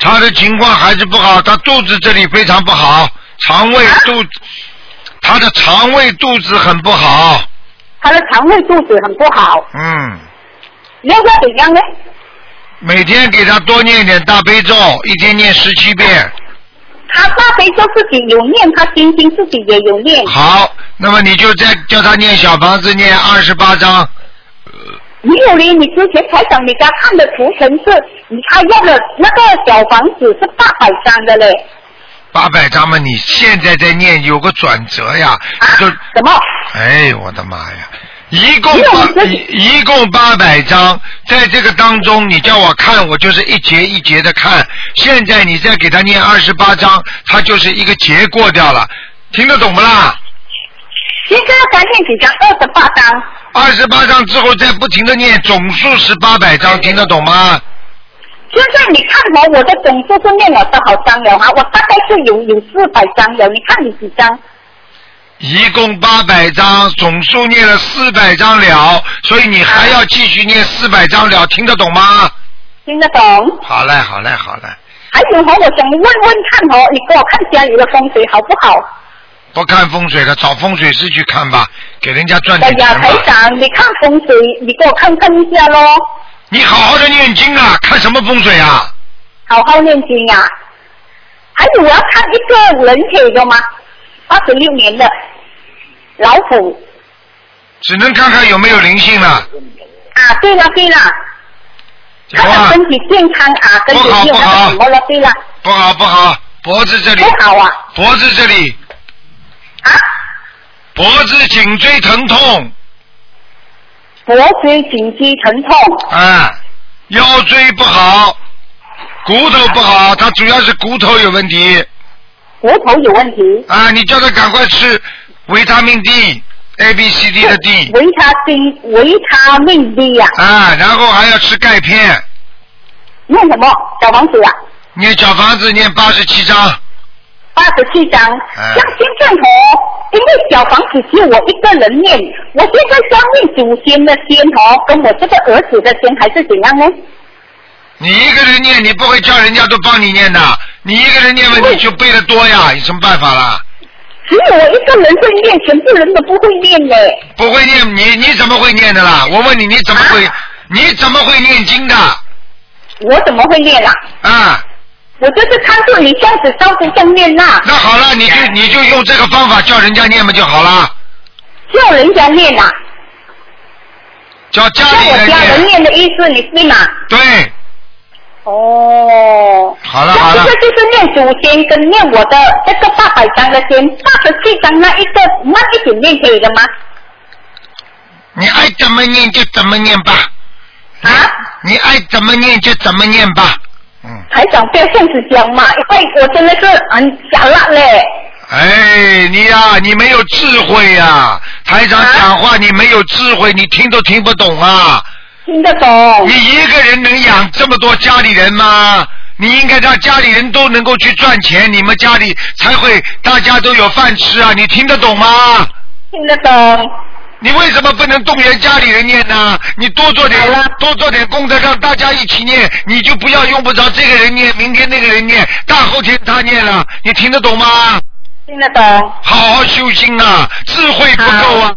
他的情况还是不好，他肚子这里非常不好，肠胃啊肚，他的肠胃肚子很不好，他的肠胃肚子很不好，嗯。你要他怎样呢？每天给他多念一点大悲咒，一天念十七遍。他大悲咒自己有念，他心经自己也有念。好，那么你就再叫他念小房子，念二十八章。没有嘞，你之前台长你给他看的图腾是，你他要的那个小房子是八百张的嘞，八百章嘛，你现在在念有个转折呀，就啊什么？哎，我的妈呀！一共没有八一一共八百章，在这个当中，你叫我看，我就是一节一节的看。现在你再给他念二十八章，他就是一个节过掉了，听得懂不啦？现在该念几张？二十八张。二十八章之后再不停的念，总数是八百章，听得懂吗？现在你看我我的总数是念了多少张了啊哈？我大概是有有四百张了，你看你几张？一共八百章，总数念了四百章了，所以你还要继续念四百章了，听得懂吗？听得懂？好嘞，好嘞，好嘞，还有哈，我想问问看哈，你给我看家里的风水好不好？不看风水了，找风水师去看吧，给人家赚哎点呀，钱吧台。长，你看风水，你给我看看一下咯，你好好的念经啊，看什么风水啊？好好念经啊。还有我要看一个人可以的吗？八十六年的老虎只能看看有没有灵性了。啊，对了对了，结他果的啊身体健康啊，跟有不好没有不那好嗯个什么了？对了，不好不好，脖子这里，不好啊。脖子这里，脖子颈椎疼痛，脖椎、颈椎疼痛，啊，腰椎不好，骨头不好，他主要是骨头有问题。骨头有问题。啊，你叫他赶快吃维他命 D、A、B、C、D 的 D 维他命维他命 D 呀、啊，然后还要吃钙片。念什么？小王子啊，念小房子念八十七章，八十七章。哎像现在哦，因为小房子只有我一个人念，我现在是要念祖先的先哦，跟我这个儿子的先还是怎样呢？你一个人念，你不会叫人家都帮你念的，你一个人念嘛，你就背的多呀，有什么办法啦？只有我一个人会念，全部人都不会念嘞。不会念，你你怎么会念的啦？我问你，你怎么会？你怎么会念经的？我怎么会念啦、啊，我就是看着你这样子照着像念啦、那好了，你就哎你就用这个方法叫人家念嘛就好了，叫人家念啊啦、叫家叫里我人家人念。念的意思，你啊信吗？对，哦。好了那好了这，个就是念祖先跟念我的这个八百张的先，八十七张那一个慢一点念可以的吗？你爱怎么念就怎么念吧。啊？你爱怎么念就怎么念吧。台长不要这样子讲嘛，因为我真的是很想辣嘞。哎，你呀、你没有智慧呀、台长讲话你没有智慧，你听都听不懂啊！听得懂。你一个人能养这么多家里人吗？你应该让家里人都能够去赚钱，你们家里才会大家都有饭吃啊！你听得懂吗？听得懂。你为什么不能动员家里人念呢？你多做点多做点功德，让大家一起念，你就不要用不着这个人念，明天那个人念，大后天他念了，你听得懂吗？听得懂。好好修心啊，智慧不够啊。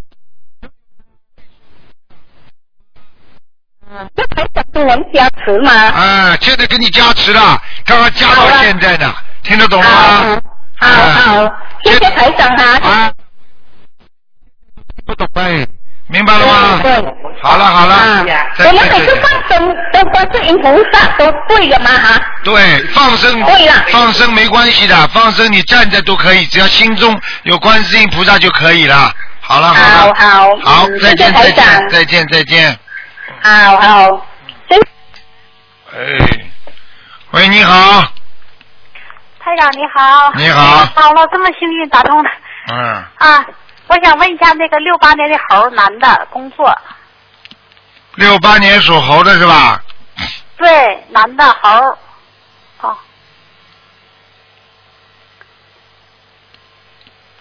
这台长是能加持吗？啊，现在给你加持了，刚刚加到现在呢，听得懂吗？好好，谢谢台长哈。啊。不懂哎，明白了吗？对。啊好了好了，再我们见每再次见。放生都观世音菩萨都对的嘛哈。对，放生对了，放生没关系的，放生你站着都可以，只要心中有观世音菩萨就可以了。好了好了，好好，嗯再见谢再谢台见长再见再见。好好，哎，喂，你好，台长你好。你好好了，这么幸运打通了嗯，啊！我想问一下，那个六八年的猴男的工作，六八年属猴的是吧？对，男的猴儿，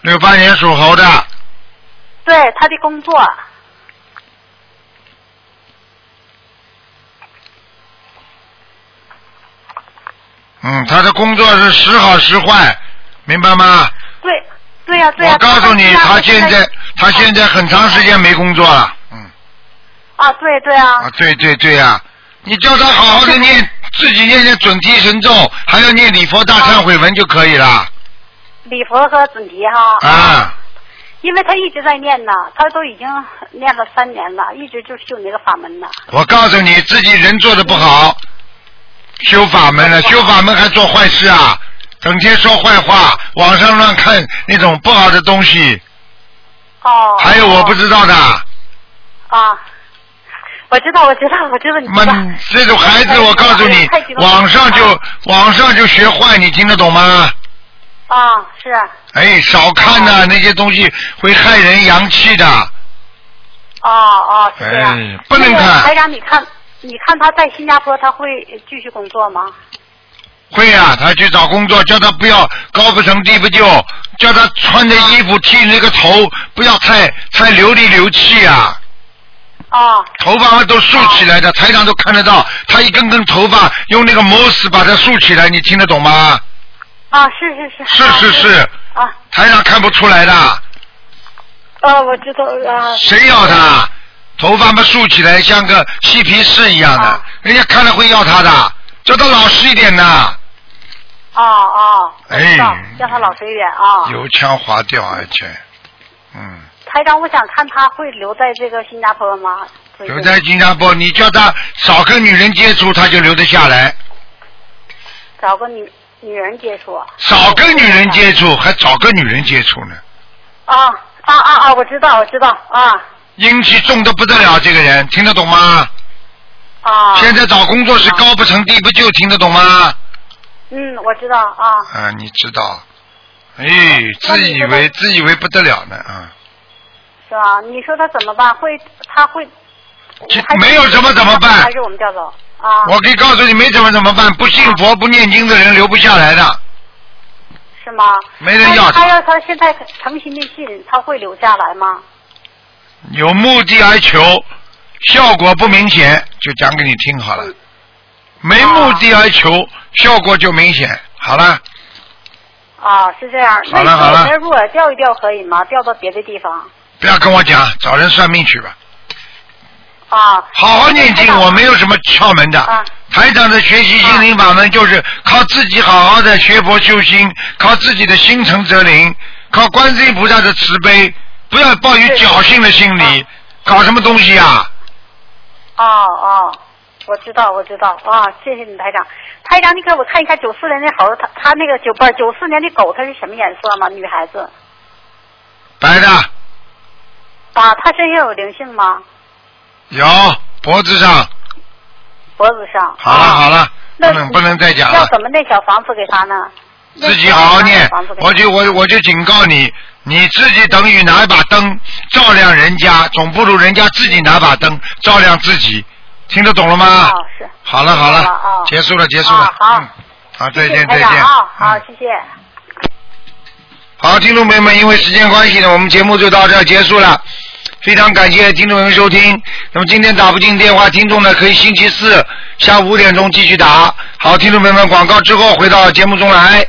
六八年属猴的，对他的工作，嗯，他的工作是时好时坏，明白吗？对，对呀、啊对呀、我告诉你，他他现在他现在很长时间没工作了。嗯啊，对对啊，啊，对对对啊，你叫他好好的念，自己念念准提神咒，还要念礼佛大忏悔文就可以了。礼佛和准提哈，啊，因为他一直在念呢，他都已经念了三年了，一直就修你这个法门呢。我告诉你，自己人做的不好，修法门了，修法门还做坏事啊，整天说坏话，网上乱看那种不好的东西。哦。还有我不知道的，啊，我知道，我知道，我知道你知道。这种孩子，我告诉你太激，动了网上就网上就学坏，你听得懂吗？啊，是啊哎，少看呐、那些东西会害人阳气的。哦哦，是这样。哎，不能那个看。台长，你看，你看他在新加坡，他会继续工作吗？会嗯呀、他去找工作，叫他不要高不成低不就，叫他穿着衣服剃那个头，不要太太流里流气啊。哦。头发都竖起来啊的，台上都看得到，他一根根头发用那个摩丝把它竖起来，你听得懂吗？啊，是是是。是是是，啊，台上看不出来的，哦，我知道啊。谁要他？头发嘛竖起来像个嬉皮士一样的，人家看了会要他的，叫他老实一点呐。哦哦。哎知道让他老实一点啊。油腔滑调，而且，嗯。台长，我想看他会留在这个新加坡吗？留在新加坡，你叫他少跟女人接触，他就留得下来；找个女女人接触。啊少跟女人接触，还找跟女人接触呢，啊啊啊！我知道，我知道啊阴气重的不得了。这个人听得懂吗？啊。现在找工作是高不成低不就，听得懂吗？嗯，我知道啊。哦啊，你知道，哎，自以为自以为不得了呢啊，是吧？你说他怎么办？会他会这没有什么怎么办还？是我们调走啊？我可以告诉你，没怎么怎么办，不信佛不念经的人留不下来的。是吗？没人要他要他现在诚心的信，他会留下来吗？有目的而求，效果不明显，就讲给你听好嗯了。没目哦的而求，效果就明显。好了，啊，是这样。好了那好了我们如果调一调可以吗？调到别的地方不要跟我讲，找人算命去吧。啊？好好念经，我没有什么窍门啊的。台长的学习心灵法门就是靠自己好好的学佛修心，靠自己的心诚则灵，靠观世音菩萨的慈悲，不要抱有侥幸的心啊理，搞什么东西啊？哦哦，我知道我知道啊，谢谢你台长。台长，你给我看一下九四年的猴，他他那个九不九四年的狗，它是什么颜色吗？女孩子白的啊，它身上有灵性吗？有脖子上，脖子上。好了好了，啊那不能不能再讲要了，怎么那小房子给他呢？自己好好那念小房子。给他我就我我就警告你，你自己等于拿一把灯照亮人家，总不如人家自己拿把灯照亮自己，听得懂了吗哦？是好了好好了哦了，结束了结束了啊，好啊嗯好再谢谢见再台长见。嗯啊，好，谢谢。好，听众朋友们，因为时间关系呢，我们节目就到这儿结束了。非常感谢听众朋友收听。那么今天打不进电话，听众呢可以星期四下午五点钟继续打。好，听众朋友们，广告之后回到节目中来。